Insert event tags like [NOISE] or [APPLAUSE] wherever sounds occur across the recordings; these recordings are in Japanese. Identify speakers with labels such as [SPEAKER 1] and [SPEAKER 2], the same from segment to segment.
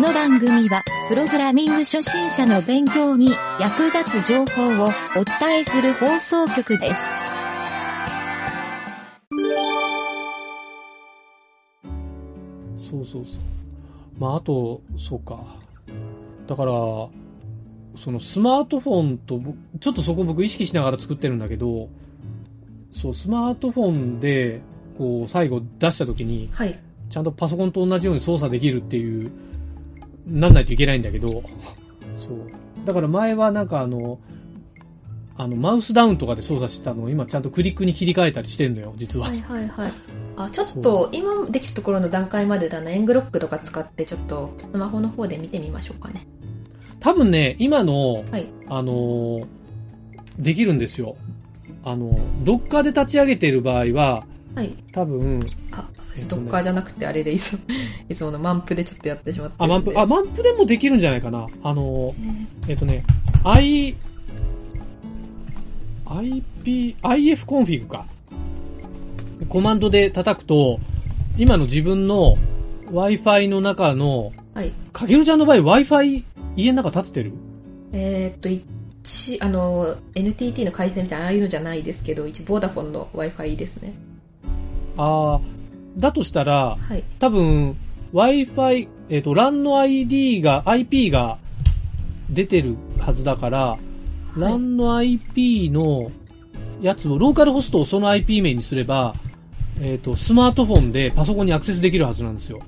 [SPEAKER 1] の番組は、プログラミング初心者の勉強に役立つ情報をお伝えする放送局です。
[SPEAKER 2] そうそうそう。まあ、あと、そうか。だから、そのスマートフォンと僕、ちょっとそこ僕意識しながら作ってるんだけど、そう、スマートフォンで、こう、最後出した時に、
[SPEAKER 3] はい。
[SPEAKER 2] ちゃんとパソコンと同じように操作できるっていう、なんないといけないんだけど、そう。だから前はなんかあの、あの、マウスダウンとかで操作してたのを今ちゃんとクリックに切り替えたりしてんのよ、実は。
[SPEAKER 3] はいはいはい。あ、ちょっと、今できるところの段階までだな、エングロックとか使って、ちょっと、スマホの方で見てみましょうかね。
[SPEAKER 2] 多分ね、今の、
[SPEAKER 3] はい
[SPEAKER 2] あのー、できるんですよ。あの、どっかで立ち上げている場合は、
[SPEAKER 3] はい。
[SPEAKER 2] 多分、
[SPEAKER 3] あ
[SPEAKER 2] えっ、と
[SPEAKER 3] ド
[SPEAKER 2] ね
[SPEAKER 3] ッカーじゃなくて、あれでいつも、 [LAUGHS] いつもの満腹でちょっとやってしまって
[SPEAKER 2] あ、
[SPEAKER 3] る
[SPEAKER 2] マン
[SPEAKER 3] んで
[SPEAKER 2] プ、あ、マンプでもできるんじゃないかな。あのー、えっとね、I、IP、IF コンフィグか。コマンドで叩くと、今の自分の Wi-Fi の中の、
[SPEAKER 3] はい。
[SPEAKER 2] かげるちゃんの場合 Wi-Fi 家の中立ててる
[SPEAKER 3] えーっと、一、あの、NTT の回線みたいな、ああいうのじゃないですけど、一、ボーダフォンの Wi-Fi ですね。
[SPEAKER 2] ああ、だとしたら、
[SPEAKER 3] はい。
[SPEAKER 2] 多分、Wi-Fi、えっ、と、LAN の ID が、IP が出てるはずだから、LAN の IP のやつを、ローカルホストをその IP 名にすれば、えっ、と、スマートフォンでパソコンにアクセスできるはずなんですよ。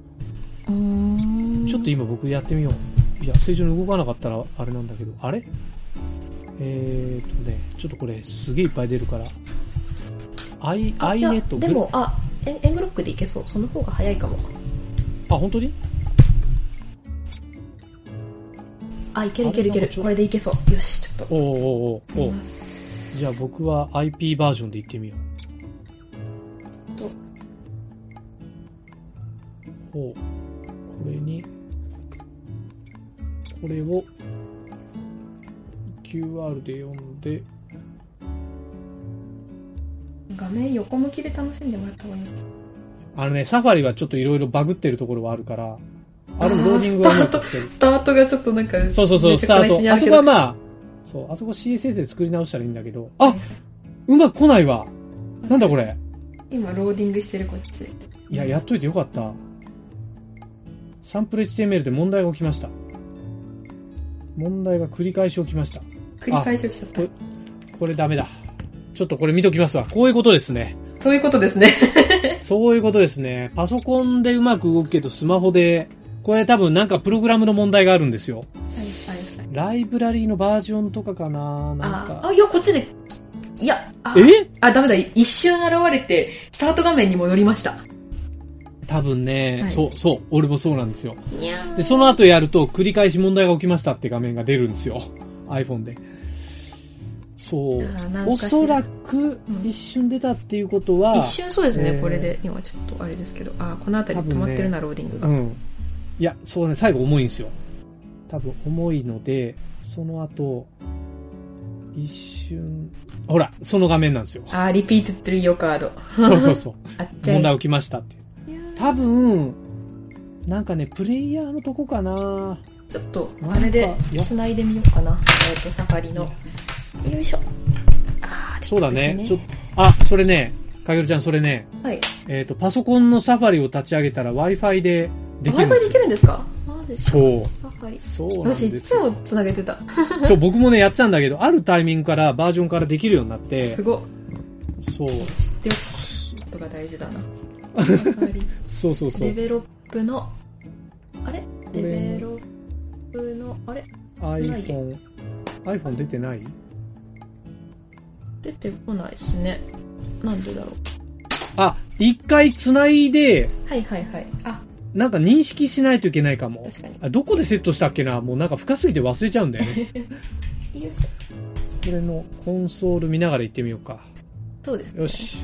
[SPEAKER 2] ちょっと今僕やってみよう。いや、正常に動かなかったらあれなんだけど、あれえっ、とね、ちょっとこれすげえいっぱい出るから、I、
[SPEAKER 3] あいや
[SPEAKER 2] iNet
[SPEAKER 3] でも、あ、エンエングロックでいけそう。その方が早いかも。
[SPEAKER 2] あ、本当に
[SPEAKER 3] あ、いけるいけるいけ
[SPEAKER 2] あれなんかちょ
[SPEAKER 3] る。これでいけそう。よし、ちょっと。
[SPEAKER 2] おうおうおうおう
[SPEAKER 3] います
[SPEAKER 2] じゃあ僕は IP バージョンで行ってみよう。
[SPEAKER 3] と
[SPEAKER 2] おうこれに、これを QR で読んで、
[SPEAKER 3] 画面横向きで楽しんでもらった方がいいの
[SPEAKER 2] あのね、サファリはちょっといろいろバグってるところはあるから、あれも
[SPEAKER 3] あー
[SPEAKER 2] ローディングはうまくしてる。
[SPEAKER 3] スタートがちょっとなんか、
[SPEAKER 2] そうそうそう、
[SPEAKER 3] めち
[SPEAKER 2] スタ
[SPEAKER 3] ゃくちゃな位
[SPEAKER 2] ー
[SPEAKER 3] 置に
[SPEAKER 2] ト。あ
[SPEAKER 3] る
[SPEAKER 2] そこ
[SPEAKER 3] けど
[SPEAKER 2] はまあ、そう、あそこ CSS で作り直したらいいんだけど、あうまく来ないわなんだこれ
[SPEAKER 3] 今ローディングしてるこっち。
[SPEAKER 2] いや、やっといてよかった。サンプル HTML で問題が起きました。問題が繰り返し起きました。
[SPEAKER 3] 繰り返し起きちゃった
[SPEAKER 2] あ。これダメだ。ちょっとこれ見ときますわ。こういうことですね。
[SPEAKER 3] そういうことですね。
[SPEAKER 2] そういうことですね。パソコンでうまく動くけど、スマホで、これ多分なんかプログラムの問題があるんですよ。
[SPEAKER 3] はいはいはい。
[SPEAKER 2] ライブラリーのバージョンとかかななん
[SPEAKER 3] あ、
[SPEAKER 2] か。
[SPEAKER 3] あ、いや、こっちで、いや、あ、
[SPEAKER 2] え
[SPEAKER 3] あ、ダメだ、一瞬現れて、スタート画面に戻りました。
[SPEAKER 2] 多分ね、
[SPEAKER 3] はい
[SPEAKER 2] そう、そう、俺もそうなんですよ。で、その後やると繰り返し問題が起きましたって画面が出るんですよ。iPhone で。そう。
[SPEAKER 3] あなん
[SPEAKER 2] お
[SPEAKER 3] かしら
[SPEAKER 2] そらく
[SPEAKER 3] うん
[SPEAKER 2] 一瞬出たっていうことは、
[SPEAKER 3] 一瞬そうです
[SPEAKER 2] え
[SPEAKER 3] ね、
[SPEAKER 2] ー
[SPEAKER 3] これで、今ちょっとあれですけど、あ、この辺り止まってるな、ローディングが。
[SPEAKER 2] うん。いや、そうね、最後重いんですよ。多分重いので、その後、一瞬、ほら、その画面なん
[SPEAKER 3] [LAUGHS]
[SPEAKER 2] ですよ。
[SPEAKER 3] あ、リピートトリーオカード。
[SPEAKER 2] そうそうそう。
[SPEAKER 3] あっちゃい
[SPEAKER 2] 問題起きましたって。多分、なんかね、プレイヤーのとこかな
[SPEAKER 3] ちょっと
[SPEAKER 2] なん、か
[SPEAKER 3] あれで
[SPEAKER 2] よ、
[SPEAKER 3] 繋いでみようかな。えっと、サファリの。よいしょ。あー
[SPEAKER 2] そうだね。
[SPEAKER 3] ち
[SPEAKER 2] ち
[SPEAKER 3] ょ
[SPEAKER 2] ょ
[SPEAKER 3] っ
[SPEAKER 2] っと、あ、それね、かげるちゃん、それね、
[SPEAKER 3] と。はい。
[SPEAKER 2] えっ、と、パソコンのサファリを立ち上げたら Wi-Fi でできるん
[SPEAKER 3] Wi-Fi
[SPEAKER 2] ですよ。
[SPEAKER 3] できるんですかマジ
[SPEAKER 2] そう
[SPEAKER 3] サファリ。
[SPEAKER 2] そうなん
[SPEAKER 3] 私、い
[SPEAKER 2] です
[SPEAKER 3] つも
[SPEAKER 2] よ。
[SPEAKER 3] 繋げてた。
[SPEAKER 2] そう、僕もね、やってたんだけど、あるタイミングから、バージョンからできるようになって
[SPEAKER 3] す、ごい。
[SPEAKER 2] そう、
[SPEAKER 3] 知っておくことが大
[SPEAKER 2] [LAUGHS]
[SPEAKER 3] 事だな。サファリ。
[SPEAKER 2] そうそうそ
[SPEAKER 3] デ
[SPEAKER 2] う。
[SPEAKER 3] ベロップの、あれ
[SPEAKER 2] れ
[SPEAKER 3] デベロップの、あれ
[SPEAKER 2] iPhone、iPhone 出てない
[SPEAKER 3] 出てこないですね。なんでだろう。
[SPEAKER 2] あ、一回繋いで、
[SPEAKER 3] はいはいはい。あ、
[SPEAKER 2] なんか認識しないといけないかも。
[SPEAKER 3] 確かに。
[SPEAKER 2] あどこでセットしたっけなもうなんか深すぎて忘れちゃうんだよ
[SPEAKER 3] [LAUGHS]
[SPEAKER 2] ね。
[SPEAKER 3] よいしょ
[SPEAKER 2] これのコンソール見ながら行ってみようか。
[SPEAKER 3] そうですね。
[SPEAKER 2] よし。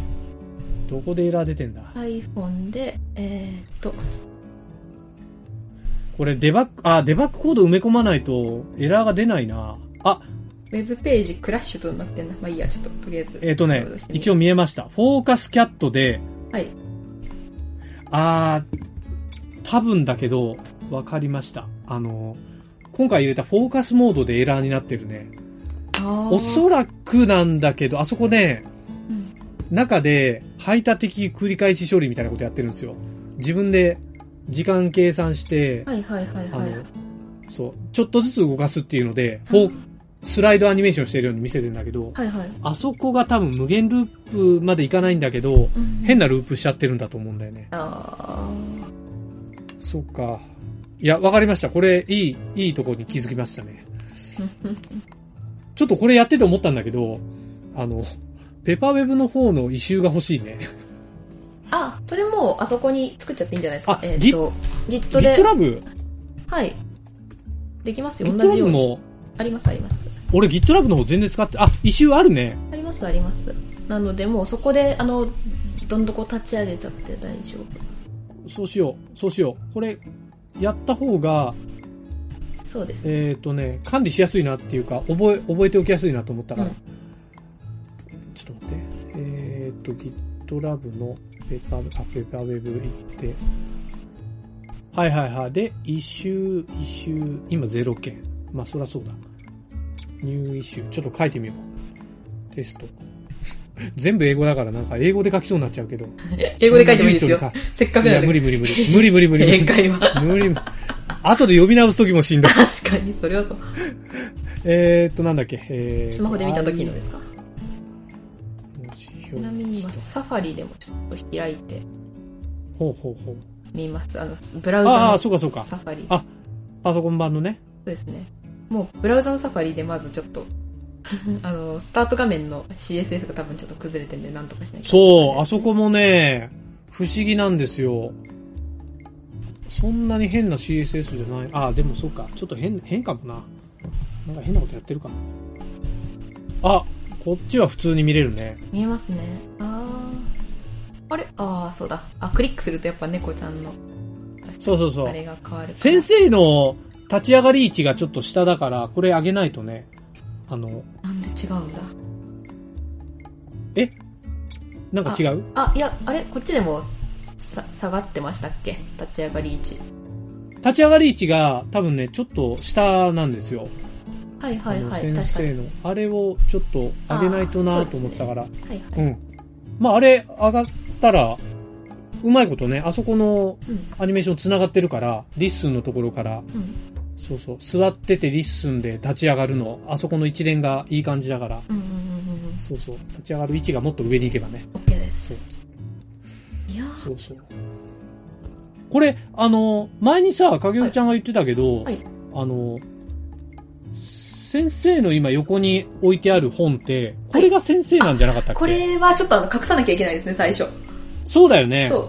[SPEAKER 2] どこでエラー出てんだ
[SPEAKER 3] iPhone で、えーっと、
[SPEAKER 2] これデバッグ、あ、デバッグコード埋め込まないとエラーが出ないな。あ、
[SPEAKER 3] ウェブページクラッシュとなってんな。まあいいや、ちょっととりあえず。
[SPEAKER 2] えっ、とね、一応見えました。フォーカスキャットで、
[SPEAKER 3] はい。
[SPEAKER 2] あー、多分だけど、わかりました。あの、今回入れたフォーカスモードでエラーになってるね。
[SPEAKER 3] あ
[SPEAKER 2] おそらくなんだけど、あそこね、
[SPEAKER 3] うん
[SPEAKER 2] 中で排他的繰り返し処理みたいなことやってるんですよ。自分で時間計算して、
[SPEAKER 3] はいはいはい
[SPEAKER 2] あ
[SPEAKER 3] は
[SPEAKER 2] の
[SPEAKER 3] い。、
[SPEAKER 2] そう、ちょっとずつ動かすっていうので、フォースライドアニメーションしてるように見せてんだけど、
[SPEAKER 3] はいはい。
[SPEAKER 2] あそこが多分無限ループまでいかないんだけど、変
[SPEAKER 3] な。
[SPEAKER 2] なループしちゃってるんだと思うんだよね。
[SPEAKER 3] あ
[SPEAKER 2] そうか。いや、わかりました。これ、いい、いいとこに気づきましたね。
[SPEAKER 3] ー
[SPEAKER 2] ちょっとこれやってて思ったんだけど、あの、ペパーウェブの方の異臭が欲しいね。
[SPEAKER 3] あ、それもうあそこに作っちゃっていいんじゃないですか
[SPEAKER 2] あ。
[SPEAKER 3] えっと、Git で。
[SPEAKER 2] GitLab?GitLab
[SPEAKER 3] はい。できますよ。同じように。
[SPEAKER 2] も、
[SPEAKER 3] ありますあります。
[SPEAKER 2] 俺 GitLab の方全然使って、あ、異臭あるね。
[SPEAKER 3] ありますあります。なのでもうそこで、あの、どんどこ立ち上げちゃって大丈
[SPEAKER 2] そうしよう、そうしよう。これ、やった方が、
[SPEAKER 3] 夫。そうです。
[SPEAKER 2] えっ、とね、管理しやすいなっていうか、覚え、覚えておきやすいなと思ったから。
[SPEAKER 3] うん
[SPEAKER 2] ちょっと待って。えっ、と、GitLab のペーパー、あ、ペーパーウェブ行って。はいはいはい。で、一周、一周、今0件。まあ、そりゃそうだ。ニューイシュー。ちょっと書いてみよう。テスト。 [LAUGHS] 全部英語だからなんか英語で書きそうになっちゃうけど。
[SPEAKER 3] 英語で書いてもいいですよ
[SPEAKER 2] 流。暢に
[SPEAKER 3] せっか
[SPEAKER 2] 書い
[SPEAKER 3] く
[SPEAKER 2] い
[SPEAKER 3] な
[SPEAKER 2] や、
[SPEAKER 3] ん
[SPEAKER 2] 無
[SPEAKER 3] で。
[SPEAKER 2] 理無理無理。無理無理無理無
[SPEAKER 3] 英
[SPEAKER 2] 理。
[SPEAKER 3] 会話。
[SPEAKER 2] 無
[SPEAKER 3] [LAUGHS]
[SPEAKER 2] 理。後で呼び直すときもしんどい。
[SPEAKER 3] 確かに、それはそう。
[SPEAKER 2] えーっと、なんだっけ、えー、
[SPEAKER 3] スマホで見た時のですか。ち
[SPEAKER 2] ち
[SPEAKER 3] なみに今、サファリでもちょっと開いて
[SPEAKER 2] ほうほうほう。
[SPEAKER 3] みます。あの、ブラウザの
[SPEAKER 2] あーそうかそうか
[SPEAKER 3] サファリ。
[SPEAKER 2] あ
[SPEAKER 3] そ
[SPEAKER 2] パソコン版のね。
[SPEAKER 3] うですね。もう、ブラウザのサファリでまずちょ
[SPEAKER 2] [LAUGHS]
[SPEAKER 3] っと、あの、スタート画面の CSS が多分ちょっと崩れてるんで、なんとかしないと
[SPEAKER 2] そう、あそこもね、不思議なんですよ。そんなに変な CSS じゃない。あ、でもそうか。ちょっと変、変かもな。なんか変なことやってるかも。あ、こっちは普通に見れるね。
[SPEAKER 3] 見えますね。あー。あれあー、そうだ。あ、クリックするとやっぱ猫ちゃんの、
[SPEAKER 2] そうそうそ
[SPEAKER 3] あ
[SPEAKER 2] う。
[SPEAKER 3] れが変わる。
[SPEAKER 2] 先生の立ち上がり位置がちょっと下だから、これ上げないとね。あの、
[SPEAKER 3] なんで違うんだ。
[SPEAKER 2] なんか違う
[SPEAKER 3] あ、いや、あれこっちでも、さ、下がってましたっけ立ち上がり位置。
[SPEAKER 2] 立ち上がり位置が多分ね、ちょっと下なんですよ。
[SPEAKER 3] はい
[SPEAKER 2] あ
[SPEAKER 3] はい
[SPEAKER 2] の
[SPEAKER 3] はい。
[SPEAKER 2] 先
[SPEAKER 3] 確かに。
[SPEAKER 2] 生の。あれをちょっと上げないと
[SPEAKER 3] あ
[SPEAKER 2] な
[SPEAKER 3] ー
[SPEAKER 2] と思ったから。う
[SPEAKER 3] はいはい。
[SPEAKER 2] ん。まあ、あれ上がったら、うまいことね、あそこの
[SPEAKER 3] うん。
[SPEAKER 2] アニメーション繋がってるから、リッスンのところから、
[SPEAKER 3] うん。
[SPEAKER 2] そうそう、座っててリッスンで立ち上がるの、あそこの一連がいい感じだから、
[SPEAKER 3] うんうんうんうんうん。
[SPEAKER 2] そうそう、立ち上がる位置がもっと上に行けばね。
[SPEAKER 3] OK で
[SPEAKER 2] そう
[SPEAKER 3] す。いやー
[SPEAKER 2] そうそう。これ、あの、前にさ、影尾ちゃんが言ってたけど、
[SPEAKER 3] はいはい
[SPEAKER 2] あの、先生の今横に置いてある本って、これが先生なんじゃなかったっけ、
[SPEAKER 3] これはちょっとあの隠さなきゃいけないですね、最初。
[SPEAKER 2] そうだよね。
[SPEAKER 3] そう。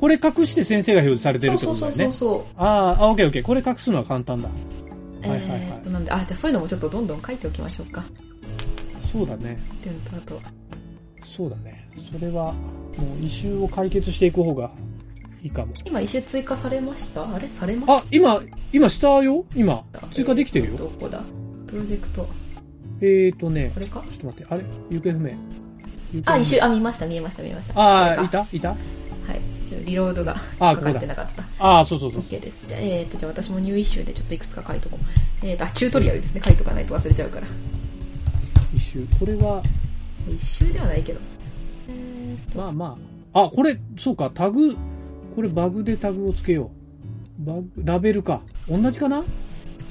[SPEAKER 2] これ隠して先生が表示されてるって
[SPEAKER 3] そ
[SPEAKER 2] こ
[SPEAKER 3] う
[SPEAKER 2] とだ
[SPEAKER 3] そう
[SPEAKER 2] よ
[SPEAKER 3] そう
[SPEAKER 2] ね。
[SPEAKER 3] そう。
[SPEAKER 2] あーあ、オッケーオッケー。これ隠すのは簡単だ。
[SPEAKER 3] え
[SPEAKER 2] はいはいはい
[SPEAKER 3] ーっと、なんで、あ、じゃあそういうのもちょっとどんどん書いておきましょうか。
[SPEAKER 2] そうだね。
[SPEAKER 3] っていうのと、あと、
[SPEAKER 2] そうだね。それは、もう、異臭を解決していく方がいいかも。
[SPEAKER 3] 今一周追加されましたあれされまし
[SPEAKER 2] あ、今、今したよ今。
[SPEAKER 3] た
[SPEAKER 2] 追加できてるよ
[SPEAKER 3] どこだプロジェクト、
[SPEAKER 2] えーとね
[SPEAKER 3] こ、れか
[SPEAKER 2] ちょっと待って、あれ行方不明。行方不明
[SPEAKER 3] あ、一周、あ、見ました、見えました、見えました。
[SPEAKER 2] ああ、い
[SPEAKER 3] これか
[SPEAKER 2] たいた
[SPEAKER 3] はい。ちょっとリロードが
[SPEAKER 2] ああ、
[SPEAKER 3] か
[SPEAKER 2] ここ
[SPEAKER 3] かっ
[SPEAKER 2] だ
[SPEAKER 3] て。なかった。
[SPEAKER 2] ああ、そうそうそうそう。
[SPEAKER 3] OK です。じゃあ、えーっと、じゃあ私もニューイシューでちょっといくつか書いとこう。えーっと、あ、チュートリアルですね。書いとかないと忘れちゃうから。
[SPEAKER 2] 一周。これは、
[SPEAKER 3] 一周ではないけど。えーっと
[SPEAKER 2] まあまあ。あ、これ、そうか、タグ、これバグでタグをつけよう。バグ、ラベルか。同じかな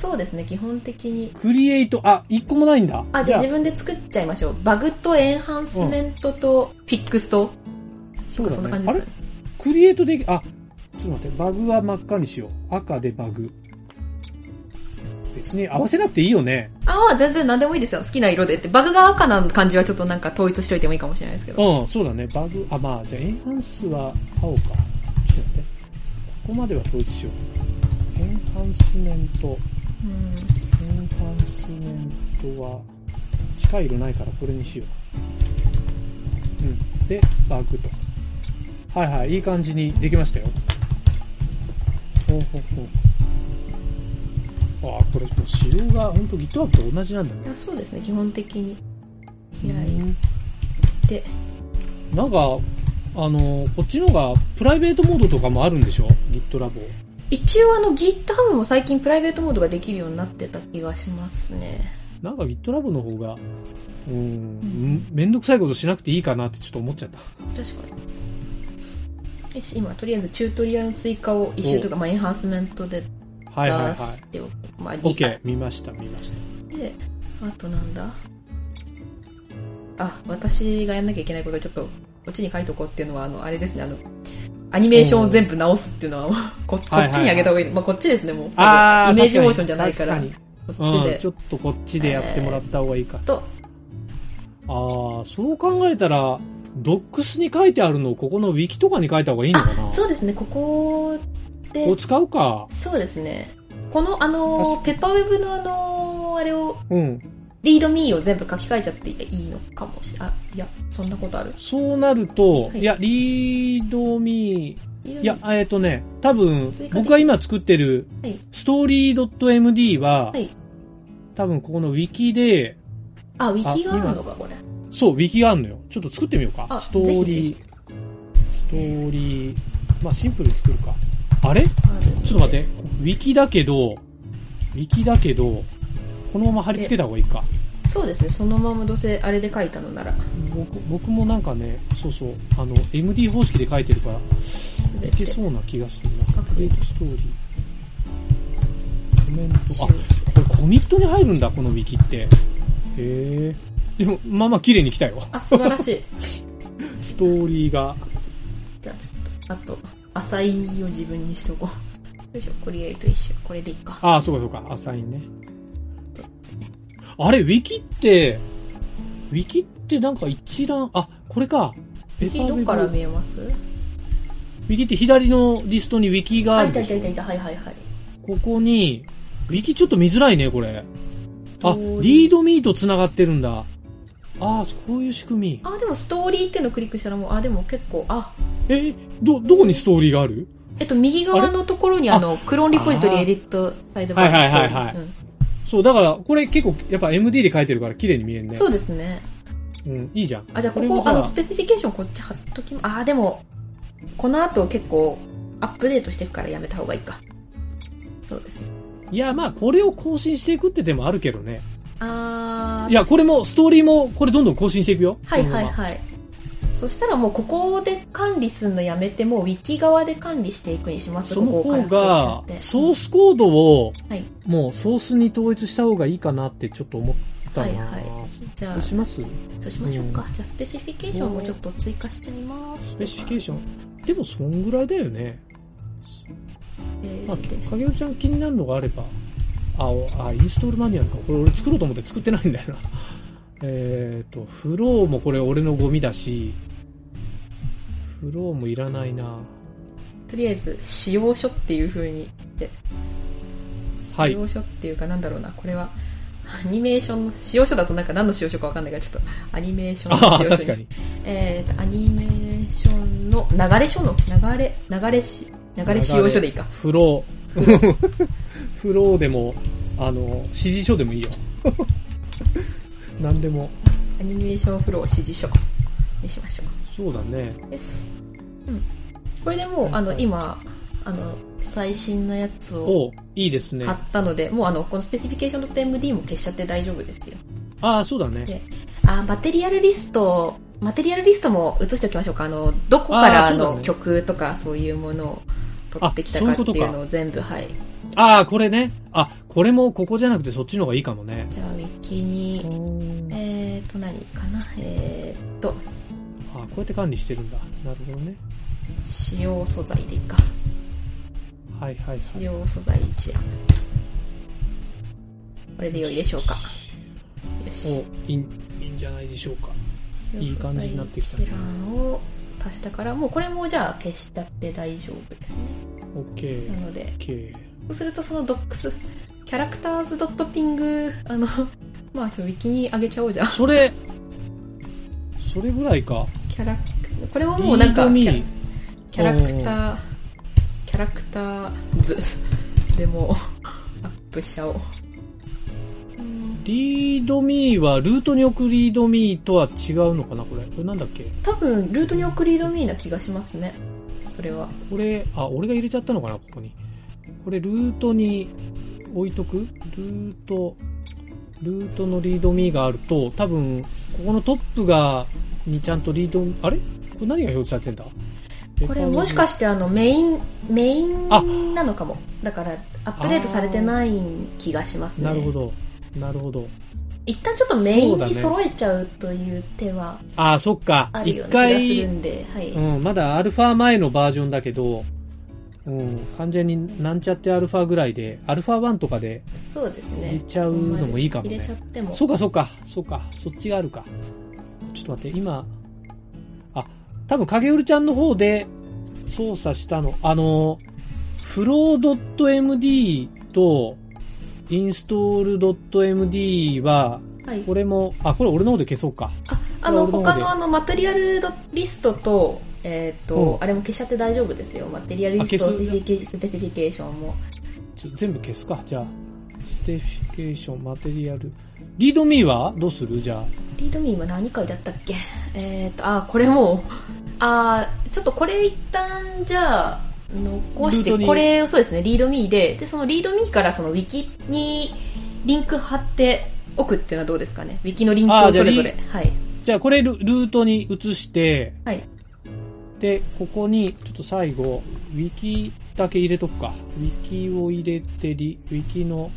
[SPEAKER 3] そうですね、基本的に。
[SPEAKER 2] クリエイト、あ、一個もないんだ。
[SPEAKER 3] あ、じゃあ自分で作っちゃいましょう。バグとエンハンスメントとフィックスと、
[SPEAKER 2] そう
[SPEAKER 3] そんな
[SPEAKER 2] だね。
[SPEAKER 3] 感じ
[SPEAKER 2] あ
[SPEAKER 3] で
[SPEAKER 2] れ
[SPEAKER 3] す。
[SPEAKER 2] クリエイトでき、あ、ちょっと待って、バグは真っ赤にしよう。赤でバグ。別に合わせなくていいよね。
[SPEAKER 3] あは全然何でもいいですよ。好きな色でって。バグが赤な感じはちょっとなんか統一しといてもいいかもしれないですけど。
[SPEAKER 2] うん、そうだね。バグ、あ、まあ、じゃあエンハンスは青か。ちょっと待って。ここまでは統一しよう。エンハンスメント。
[SPEAKER 3] うん。
[SPEAKER 2] エンハンスメントは、近い色ないからこれにしよう。うん。で、バグと。はいはい、いい感じにできましたよ。ほうほうほう。ああ、これ、もう仕様が、ほんと GitHub と同じなんだ
[SPEAKER 3] い
[SPEAKER 2] ね。
[SPEAKER 3] やそうですね、基本的に。開
[SPEAKER 2] うん
[SPEAKER 3] いて。
[SPEAKER 2] なんか、あの、こっちの方が、プライベートモードとかもあるんでしょ ?GitLab。
[SPEAKER 3] 一応あの GitHub も最近プライベートモードができるようになってた気がしますね。
[SPEAKER 2] なんか GitLab の方が、うん、うんめんどくさいことしなくていいかなってちょっと思っちゃった。
[SPEAKER 3] 確かに。よし、今とりあえずチュートリアルの追加を一周というか、まあ、エンハンスメントで出
[SPEAKER 2] はいはいはい。
[SPEAKER 3] しておく。まあ、理解
[SPEAKER 2] OK。見ました、見ました。
[SPEAKER 3] で、あとなんだあ、私がやんなきゃいけないことはちょっと、こっちに書いとこうっていうのは、あの、あれですね、あの、アニメーションを全部直すっていうのは、ここっちにあげた方がいい。まあ、こっちですね、もう。
[SPEAKER 2] あー
[SPEAKER 3] イメージモーションじゃないから、
[SPEAKER 2] 確
[SPEAKER 3] こ
[SPEAKER 2] かに
[SPEAKER 3] っち
[SPEAKER 2] うん、
[SPEAKER 3] で
[SPEAKER 2] ち。ょっとこっちでやってもらった方がいいか。
[SPEAKER 3] と、
[SPEAKER 2] ああ、そう考えたら、ドックスに書いてあるのをここのウィキとかに書いた方がいいのかな
[SPEAKER 3] あ、そうですね、ここで
[SPEAKER 2] こう、使うか。
[SPEAKER 3] そうですね。この、あの、ペッパーウェブのあの、あれを、
[SPEAKER 2] うん。
[SPEAKER 3] リードミーを全部書き換えちゃっていいのかもし、あ、いや、そんなことある。
[SPEAKER 2] そうなると、
[SPEAKER 3] はい
[SPEAKER 2] い、や、リードミ
[SPEAKER 3] い
[SPEAKER 2] ー、いや、えっ、とね、多分
[SPEAKER 3] 追加でき、る
[SPEAKER 2] 僕が今作ってる
[SPEAKER 3] はい、
[SPEAKER 2] ストーリー .md は、
[SPEAKER 3] はい
[SPEAKER 2] 多分ここのウィキで、
[SPEAKER 3] あ、ウィキがあるのか、これ。
[SPEAKER 2] そう、ウィキがあるのよ。ちょっと作ってみようか
[SPEAKER 3] あ。
[SPEAKER 2] ストー
[SPEAKER 3] ぜひ
[SPEAKER 2] リー、
[SPEAKER 3] ぜ
[SPEAKER 2] ストーリー、まあシンプルに作るか。あれちょっと待って、ウィキだけど、ウィキだけど、このまま貼り付けた方がいいか。
[SPEAKER 3] て。そうですね、そのままどうせあれで書いたのなら、
[SPEAKER 2] 僕僕もなんかね、そうそう、あの、MD 方式で書いてるから、
[SPEAKER 3] すべ
[SPEAKER 2] いけ
[SPEAKER 3] て。
[SPEAKER 2] そうな気がするな。
[SPEAKER 3] 各
[SPEAKER 2] クリエイトストーリー。コメント、あ、これコミットに入るんだ、このウィキって。へえ。でも、まあまあ綺麗に来たよ。
[SPEAKER 3] あ、素晴らしい。
[SPEAKER 2] ストーリーが。
[SPEAKER 3] じゃあちょっと、あと、アサインを自分にしとこう。よいしょ、クリエイト一緒。これでいいか。
[SPEAKER 2] ああ、そうかそうか、アサインね。あれ、ウィキって、ウィキってなんか一覧、あ、これか。
[SPEAKER 3] ウィキどっから見えます
[SPEAKER 2] ウィキって左のリストにウィキが
[SPEAKER 3] あ、
[SPEAKER 2] ある
[SPEAKER 3] いた
[SPEAKER 2] で
[SPEAKER 3] い
[SPEAKER 2] したょ
[SPEAKER 3] いたいた、はいはいはい。
[SPEAKER 2] ここに、ウィキちょっと見づらいね、これ。あ、リ
[SPEAKER 3] リ
[SPEAKER 2] ードミーと繋がってるんだ。ああ、こういう仕組み。
[SPEAKER 3] あ、でもストーリーっていうのをクリックしたらもう、あ、でも結構、あ、
[SPEAKER 2] え、ど、どこにストーリーがある
[SPEAKER 3] えっと、右側のところにあの、クローンリポジトリエディットサイドバー
[SPEAKER 2] はいはいはいはいそう、だから、これ結構、やっぱ MD で書いてるから綺麗に見えんね。
[SPEAKER 3] そうですね。
[SPEAKER 2] うん、いいじゃん。
[SPEAKER 3] あ、じゃあこ
[SPEAKER 2] れ
[SPEAKER 3] こ
[SPEAKER 2] も、じゃ
[SPEAKER 3] あの、スペシフィケーションこっち貼っときま、あー、でも、この後結構、アップデートしていくからやめた方がいいか。そうですね。
[SPEAKER 2] いや、まあ、これを更新していくって手もあるけどね。
[SPEAKER 3] あー、
[SPEAKER 2] いや、これも、ストーリーも、これどんどん更新していくよ。
[SPEAKER 3] はいはい
[SPEAKER 2] こ
[SPEAKER 3] はい。そしたらもうここで管理するのやめて、もうウィキ側で管理していくにします。
[SPEAKER 2] のまま
[SPEAKER 3] ここから
[SPEAKER 2] その方
[SPEAKER 3] こう
[SPEAKER 2] が、
[SPEAKER 3] しちゃって
[SPEAKER 2] ソースコードを
[SPEAKER 3] はい、
[SPEAKER 2] もうソースに統一した方がいいかなってちょっと思ったな。
[SPEAKER 3] はいはじゃ
[SPEAKER 2] そ
[SPEAKER 3] あ
[SPEAKER 2] う、します
[SPEAKER 3] そうしましょうか。じゃあスペシフィケーションもちょっと追加しちゃいます。
[SPEAKER 2] スペシフィケー
[SPEAKER 3] シ
[SPEAKER 2] ション。でも、そんぐらいだよね。
[SPEAKER 3] ョ
[SPEAKER 2] まあ、影尾ちゃん気になるのがあれば、あ、おあインストールマニュアルか。これ俺作ろうと思って作ってないんだよな。 [LAUGHS] えっと、フローもこれ俺のゴミだし、フローもいらないな。
[SPEAKER 3] とりあえず、使用書っていう風に言って、
[SPEAKER 2] はい
[SPEAKER 3] 使用書っていうかなんだろうな、これは、アニメーションの、使用書だとなんか何の使用書かわかんないから、ちょっと、アニメーションの
[SPEAKER 2] あ
[SPEAKER 3] 使
[SPEAKER 2] あ、
[SPEAKER 3] 用書
[SPEAKER 2] 確かに。
[SPEAKER 3] えーと、アニメーションの、流れ書の、流れ、流れし、流れ使用書でいいか。
[SPEAKER 2] フロー。 [LAUGHS] フローでも、あの、指示書でもいいよ。何でも。
[SPEAKER 3] アニメーションフロー指示書にしましょ
[SPEAKER 2] そうだね。
[SPEAKER 3] う。よし。うん。これでもう、あの、今、あの、最新のやつを
[SPEAKER 2] おいいですね
[SPEAKER 3] 貼。ったので、もうあの、このスペシフィケーション .md も消しちゃって大丈夫ですよ。
[SPEAKER 2] ああ、そうだね。
[SPEAKER 3] あ、マテリアルリスト、マテリアルリストも映しておきましょうか。あの、どこか
[SPEAKER 2] あ
[SPEAKER 3] ら
[SPEAKER 2] ーそうだね
[SPEAKER 3] の曲とかそういうものを取ってきたか
[SPEAKER 2] あ
[SPEAKER 3] って
[SPEAKER 2] そういうこと
[SPEAKER 3] い
[SPEAKER 2] か
[SPEAKER 3] うのを全部、はい。
[SPEAKER 2] ああ、これね。あ、これもここじゃなくてそっちの方がいいかもね。
[SPEAKER 3] じゃあ、ウィキに、えーと、何かな。えーと、
[SPEAKER 2] あこうやって管理してるんだ。なるほどね。
[SPEAKER 3] 使用素材でいいか。
[SPEAKER 2] はいはいは
[SPEAKER 3] 使
[SPEAKER 2] い。
[SPEAKER 3] 用素材で。これで良いでしょうか。よし。
[SPEAKER 2] おいいんいいんじゃないでしょうか。いい感じになってきた
[SPEAKER 3] 使用素材一覧を足したから、もうこれもじゃあ消しちゃって大丈夫ですね。
[SPEAKER 2] OK
[SPEAKER 3] な。ので、
[SPEAKER 2] OK。
[SPEAKER 3] そうするとそのドックス、キャラクターズドットピング、あの、 [LAUGHS] まあちょ、ウィキにあげちゃおうじゃん。 [LAUGHS]
[SPEAKER 2] それ、それぐらいか。
[SPEAKER 3] キャラク、これはもうなんか、
[SPEAKER 2] リ
[SPEAKER 3] キ
[SPEAKER 2] ード
[SPEAKER 3] ャ
[SPEAKER 2] ミー
[SPEAKER 3] キャラクター、キャラクターズでも、 [LAUGHS] アップしちゃおう。
[SPEAKER 2] リードミーは、ルートに置くリードミーとは違うのかなこれ。これなんだっけ
[SPEAKER 3] 多分、ルートに送りドミーな気がしますね。それは。
[SPEAKER 2] これ、あ、俺が入れちゃったのかなここに。これルートに置いとくルート、ルートのリードミーがあると、多分、ここのトップが、にちゃんとリード、あれこれ何が表示されてんだ
[SPEAKER 3] これもしか
[SPEAKER 2] し
[SPEAKER 3] してあのメイン、メイ
[SPEAKER 2] あ
[SPEAKER 3] ンなのかも。だからアップデートされてない気がしますね。
[SPEAKER 2] なるほ。ど。なるほど。
[SPEAKER 3] 一旦ちょっとメイ
[SPEAKER 2] そう
[SPEAKER 3] ン
[SPEAKER 2] だ
[SPEAKER 3] に
[SPEAKER 2] ね
[SPEAKER 3] 揃えちゃうという手は
[SPEAKER 2] ああ、そっか
[SPEAKER 3] あ。る
[SPEAKER 2] 一
[SPEAKER 3] ような気がす
[SPEAKER 2] 回
[SPEAKER 3] る、んで、はい。
[SPEAKER 2] うん、まだアルファ前のバージョンだけど、うん、完全になんちゃってアルファぐらいで、アルファ1とかで
[SPEAKER 3] そうです
[SPEAKER 2] 入れ
[SPEAKER 3] ね。
[SPEAKER 2] ちゃうのもいいかも
[SPEAKER 3] 入れちゃ
[SPEAKER 2] ね。
[SPEAKER 3] っても。
[SPEAKER 2] そうかそうか、そうか、そっちがあるか。ちょっと待って、今、あ、多分影るちゃんの方で操作したの、あの、フロー .md とインストール .md は、
[SPEAKER 3] はい。
[SPEAKER 2] これも、あ、これ俺の方で消そうか。
[SPEAKER 3] あ、あの、
[SPEAKER 2] これ俺の
[SPEAKER 3] 他
[SPEAKER 2] 方で
[SPEAKER 3] のあの、マテリアルリストと、えっ、
[SPEAKER 2] う
[SPEAKER 3] と、あれも消しちゃって大丈夫ですよ。マテリアルリス
[SPEAKER 2] あ消
[SPEAKER 3] トス
[SPEAKER 2] す
[SPEAKER 3] ペシフィケスペシフィケーションも。
[SPEAKER 2] ちょ全部消すか、じゃあ。スペシフィケーション、マテリアル。リードミーはどうするじゃあ。
[SPEAKER 3] リードミーは何回だったっけえっ、と、あ、これもう、あー、ちょっとこれ一旦、じゃあ、残し
[SPEAKER 2] ルート
[SPEAKER 3] て、
[SPEAKER 2] に
[SPEAKER 3] これをそうですね、リードミーで、で、そのリードミーからそのウィキにリンク貼っておくっていうのはどうですかね。ウィキのリンク
[SPEAKER 2] あー
[SPEAKER 3] を
[SPEAKER 2] じゃあ
[SPEAKER 3] それぞれ。はい。
[SPEAKER 2] じゃあ、これルルートに移して、
[SPEAKER 3] はい。
[SPEAKER 2] で、ここに、ちょっと最後、ウィキだけ入れとくか。ウィキを入れて、リウィキの、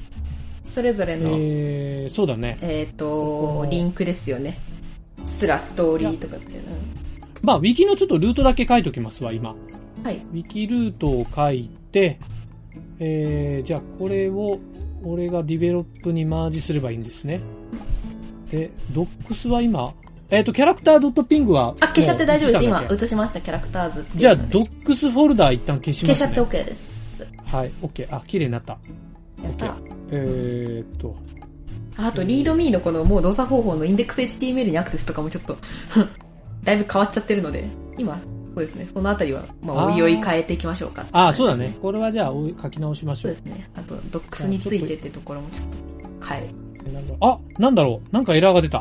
[SPEAKER 3] それぞれの、
[SPEAKER 2] えー、そうだね。
[SPEAKER 3] えっ、
[SPEAKER 2] こ
[SPEAKER 3] と
[SPEAKER 2] の、
[SPEAKER 3] リンクですよね。すらストーリーとかっていうの。
[SPEAKER 2] まあ、ウィキのちょっとルートだけ書いときますわ、今。
[SPEAKER 3] はい。
[SPEAKER 2] ウィキルートを書いて、えー、じゃあこれを、俺がディベロップにマージすればいいんですね。で、ドックスは今、えっ、と、キャラクタードットピングは。
[SPEAKER 3] あ、消しちゃって大丈夫です。
[SPEAKER 2] もう
[SPEAKER 3] 今
[SPEAKER 2] 映したんだっけ
[SPEAKER 3] 映しました、キャラクターズって
[SPEAKER 2] じゃ
[SPEAKER 3] い
[SPEAKER 2] あ、
[SPEAKER 3] うので
[SPEAKER 2] ドックスフォルダー一旦消しま
[SPEAKER 3] 消し
[SPEAKER 2] す
[SPEAKER 3] ちゃ
[SPEAKER 2] ね。
[SPEAKER 3] って OK です。
[SPEAKER 2] はい、OK。あ、綺麗になった。
[SPEAKER 3] やった
[SPEAKER 2] OK。えーっと、
[SPEAKER 3] あと、リードミーのこのもう動作方法のインデックス HTML にアクセスとかもちょっと、 [LAUGHS] だいぶ変わっちゃってるので、今、そうですね、そのあたりは、まあ、
[SPEAKER 2] あー
[SPEAKER 3] おいおい変えていきましょうか。
[SPEAKER 2] あ、そうだね。。これはじゃあ、おい書き直しまし
[SPEAKER 3] そ
[SPEAKER 2] ょ
[SPEAKER 3] う
[SPEAKER 2] う
[SPEAKER 3] で。すね。あと、ドックスについてってところもちょっと変え。
[SPEAKER 2] なんだろうあ、なんだろう。なんかエラーが出た。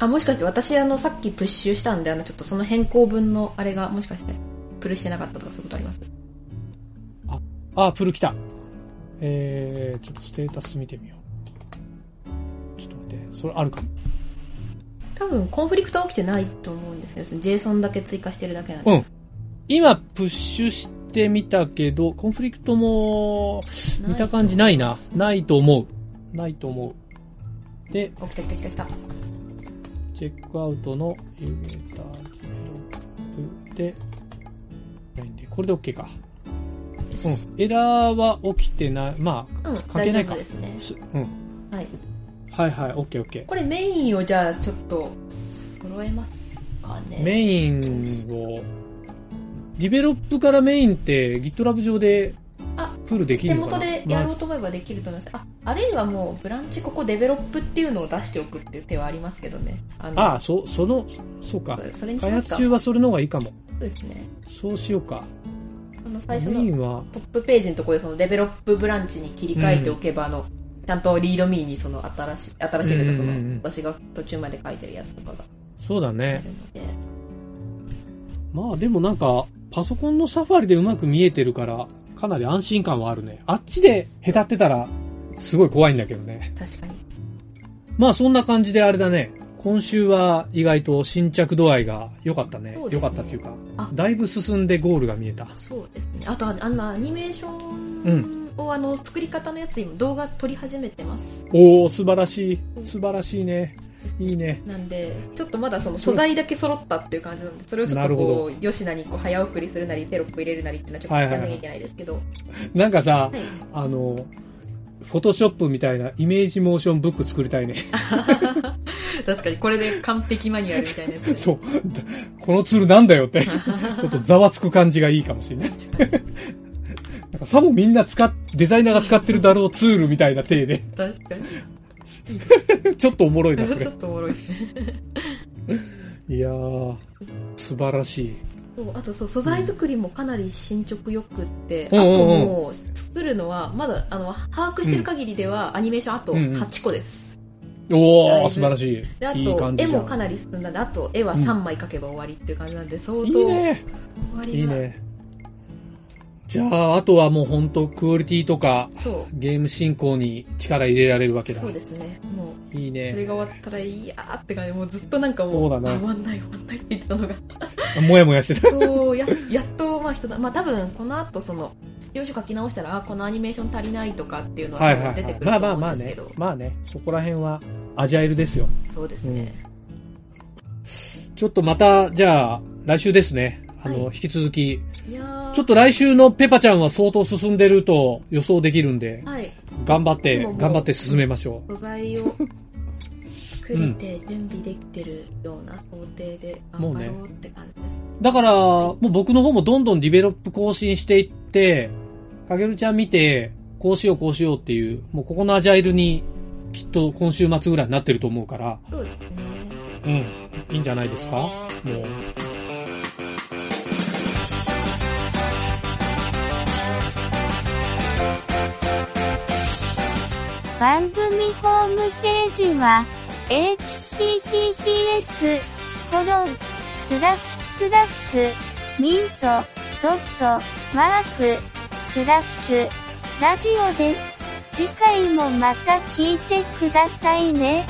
[SPEAKER 3] あ、もしかして私、あの、さっきプッシュしたんで、あの、ちょっとその変更分のあれが、もしかして、プルしてなかったとかそういうことあります
[SPEAKER 2] あ、プル来た。えー、ちょっとステータス見てみよう。ちょっと待って、それあるかも。
[SPEAKER 3] 多分、コンフリクトは起きてないと思うんですけど、その JSON だけ追加してるだけなんで。
[SPEAKER 2] うん今、プッシュしてみたけど、コンフリクトも、見た感じないな。ないと思う。ないと思う。で、
[SPEAKER 3] 起きた来た来た来た。
[SPEAKER 2] チェックアウトのユーゲーターディベロップで、ないんで、これで OK か。うん。エラーは起きてない。ま
[SPEAKER 3] うん、
[SPEAKER 2] け
[SPEAKER 3] 大
[SPEAKER 2] な
[SPEAKER 3] 丈
[SPEAKER 2] いか
[SPEAKER 3] 夫ですね
[SPEAKER 2] あ、。すうん。
[SPEAKER 3] はい。
[SPEAKER 2] はいはい、OK、OK。
[SPEAKER 3] これメインをじゃあちょっと揃えますかね。
[SPEAKER 2] メインを、ディベロップからメインって GitLab 上で
[SPEAKER 3] あ
[SPEAKER 2] プールでき
[SPEAKER 3] 手
[SPEAKER 2] るのか
[SPEAKER 3] 元
[SPEAKER 2] な
[SPEAKER 3] でやろうと思えばできると思います。あ、あるいはもうブランチここデベロップっていうのを出しておくっていう手はありますけどね。あの
[SPEAKER 2] ああ、そ、その、そうか。
[SPEAKER 3] それにし
[SPEAKER 2] 開
[SPEAKER 3] ます
[SPEAKER 2] 発中
[SPEAKER 3] か。そう
[SPEAKER 2] はそれの方がいいかも。
[SPEAKER 3] ですね。
[SPEAKER 2] そうしようか。
[SPEAKER 3] この
[SPEAKER 2] メ
[SPEAKER 3] 最初
[SPEAKER 2] イ
[SPEAKER 3] の
[SPEAKER 2] ンは、
[SPEAKER 3] トップページのところでそのデベロップブランチに切り替えておけば、あの、ちゃんとリードミーにその新しい、新しいというかそ
[SPEAKER 2] うんうんうん
[SPEAKER 3] の、私が途中まで書いてるやつとかが
[SPEAKER 2] そうだ
[SPEAKER 3] 出
[SPEAKER 2] ね
[SPEAKER 3] る。ので。
[SPEAKER 2] まあでもなんか、パソコンのサファリでうまく見えてるから、かなり安心感はあるね。あっちで下手ってたら、すごい怖いんだけどね。
[SPEAKER 3] 確かに。
[SPEAKER 2] まあそんな感じであれだね。今週は意外と新着度合いが良かったね。
[SPEAKER 3] そうですね
[SPEAKER 2] 良かったっていうか
[SPEAKER 3] あ、
[SPEAKER 2] だいぶ進んでゴールが見えた。
[SPEAKER 3] そうですね。あと、ああの、アニメーショ
[SPEAKER 2] う
[SPEAKER 3] ンを、あの、作り方のやつ今動画撮り始めてます。
[SPEAKER 2] おー、素晴らしい。素晴らしいね。いいね。
[SPEAKER 3] なんで、ちょっとまだその素材だけ揃ったっていう感じなんで、それをちょっと
[SPEAKER 2] なる
[SPEAKER 3] こう、吉菜にこう早送りするなり、テロップ入れるなりっていうのはちょっとやんなきゃいけないですけど。は
[SPEAKER 2] なんかさ
[SPEAKER 3] い、
[SPEAKER 2] あの、フォトショップみたいなイメージモーションブック作り
[SPEAKER 3] [LAUGHS]
[SPEAKER 2] たいね。
[SPEAKER 3] 確かに、これで完璧マニュアルみたいなやつです。
[SPEAKER 2] そう。だこのツールなんだよ
[SPEAKER 3] [LAUGHS]
[SPEAKER 2] って。ちょっとざわつく感じがいいかもしれない。なんかさもみんな使っ、デザイナーが使ってるだろうツールみたいな体
[SPEAKER 3] [LAUGHS]
[SPEAKER 2] で。
[SPEAKER 3] 確かに。
[SPEAKER 2] ちょっとおもろいな、そ
[SPEAKER 3] [LAUGHS] ちょ
[SPEAKER 2] [LAUGHS] れ
[SPEAKER 3] っ。とおもろいですね。
[SPEAKER 2] いやー、素晴らしい。
[SPEAKER 3] そうあとそう素材作りもかなり進捗よくって、
[SPEAKER 2] うん
[SPEAKER 3] あと
[SPEAKER 2] うんうん
[SPEAKER 3] もう作るのはまだあの把握してる限りではアニメーションあと
[SPEAKER 2] うんうん
[SPEAKER 3] 8個です、だい
[SPEAKER 2] おー、
[SPEAKER 3] ぶ
[SPEAKER 2] 素晴らし
[SPEAKER 3] であ
[SPEAKER 2] い。いい
[SPEAKER 3] と
[SPEAKER 2] 感
[SPEAKER 3] 絵
[SPEAKER 2] じじゃ
[SPEAKER 3] もか
[SPEAKER 2] ん。
[SPEAKER 3] なり進んだんであと絵は3枚描けば終わりっていう感じなんで相当
[SPEAKER 2] いいね。
[SPEAKER 3] 終わ
[SPEAKER 2] い
[SPEAKER 3] り
[SPEAKER 2] い
[SPEAKER 3] が
[SPEAKER 2] ね。じゃあ、あとはもう本当クオリティとか、
[SPEAKER 3] そ
[SPEAKER 2] ゲーム進行に力入れられるわ
[SPEAKER 3] う。
[SPEAKER 2] けだ
[SPEAKER 3] そう。ですね。もう、
[SPEAKER 2] いい
[SPEAKER 3] それ
[SPEAKER 2] ね。
[SPEAKER 3] が終わったら、いやーって感じで、もうずっとなんかもう、
[SPEAKER 2] そうだね
[SPEAKER 3] 終わんない終わんないって言ってたのが。
[SPEAKER 2] もやもやしてた。
[SPEAKER 3] [LAUGHS] そう、や、やっと、まあ人だ、まあ多分、この後その、要所書き直したら、あ、このアニメーション足りないとかっていうの
[SPEAKER 2] は
[SPEAKER 3] はい
[SPEAKER 2] はい、は
[SPEAKER 3] 出て
[SPEAKER 2] い。
[SPEAKER 3] くる
[SPEAKER 2] ま
[SPEAKER 3] と
[SPEAKER 2] あまあ
[SPEAKER 3] 思
[SPEAKER 2] ま
[SPEAKER 3] う
[SPEAKER 2] あ
[SPEAKER 3] んですけ
[SPEAKER 2] ね
[SPEAKER 3] ど、。
[SPEAKER 2] まあね、そこら辺はアジャイルですよ。
[SPEAKER 3] そうですね。
[SPEAKER 2] ちょっとまた、じゃあ、来週ですね。あの、
[SPEAKER 3] は
[SPEAKER 2] 引き続き、
[SPEAKER 3] いやー
[SPEAKER 2] ちょっと来週のペパちゃんは相当進んでると予想できるんで、
[SPEAKER 3] はい、
[SPEAKER 2] 頑張って、
[SPEAKER 3] でももう
[SPEAKER 2] 頑張って進めましょ
[SPEAKER 3] 素材を作れて準備できてるような想定で
[SPEAKER 2] も
[SPEAKER 3] 頑
[SPEAKER 2] う
[SPEAKER 3] 張
[SPEAKER 2] ね
[SPEAKER 3] ろうって感じです。
[SPEAKER 2] う。だから、もう僕の方もどんどんディベロップ更新していって、かげるちゃん見て、こうしようこうしようっていう、もうここのアジャイルに、きっと今週末ぐらいになってると思うから、
[SPEAKER 3] そうですね。
[SPEAKER 2] うん、いいんじゃないですかもう。
[SPEAKER 4] 番組ホームページは、https, コロン、スラッシュスラッシュ、ミント、ドット、マーク、スラッシュ、ラジオです。次回もまた聞いてくださいね。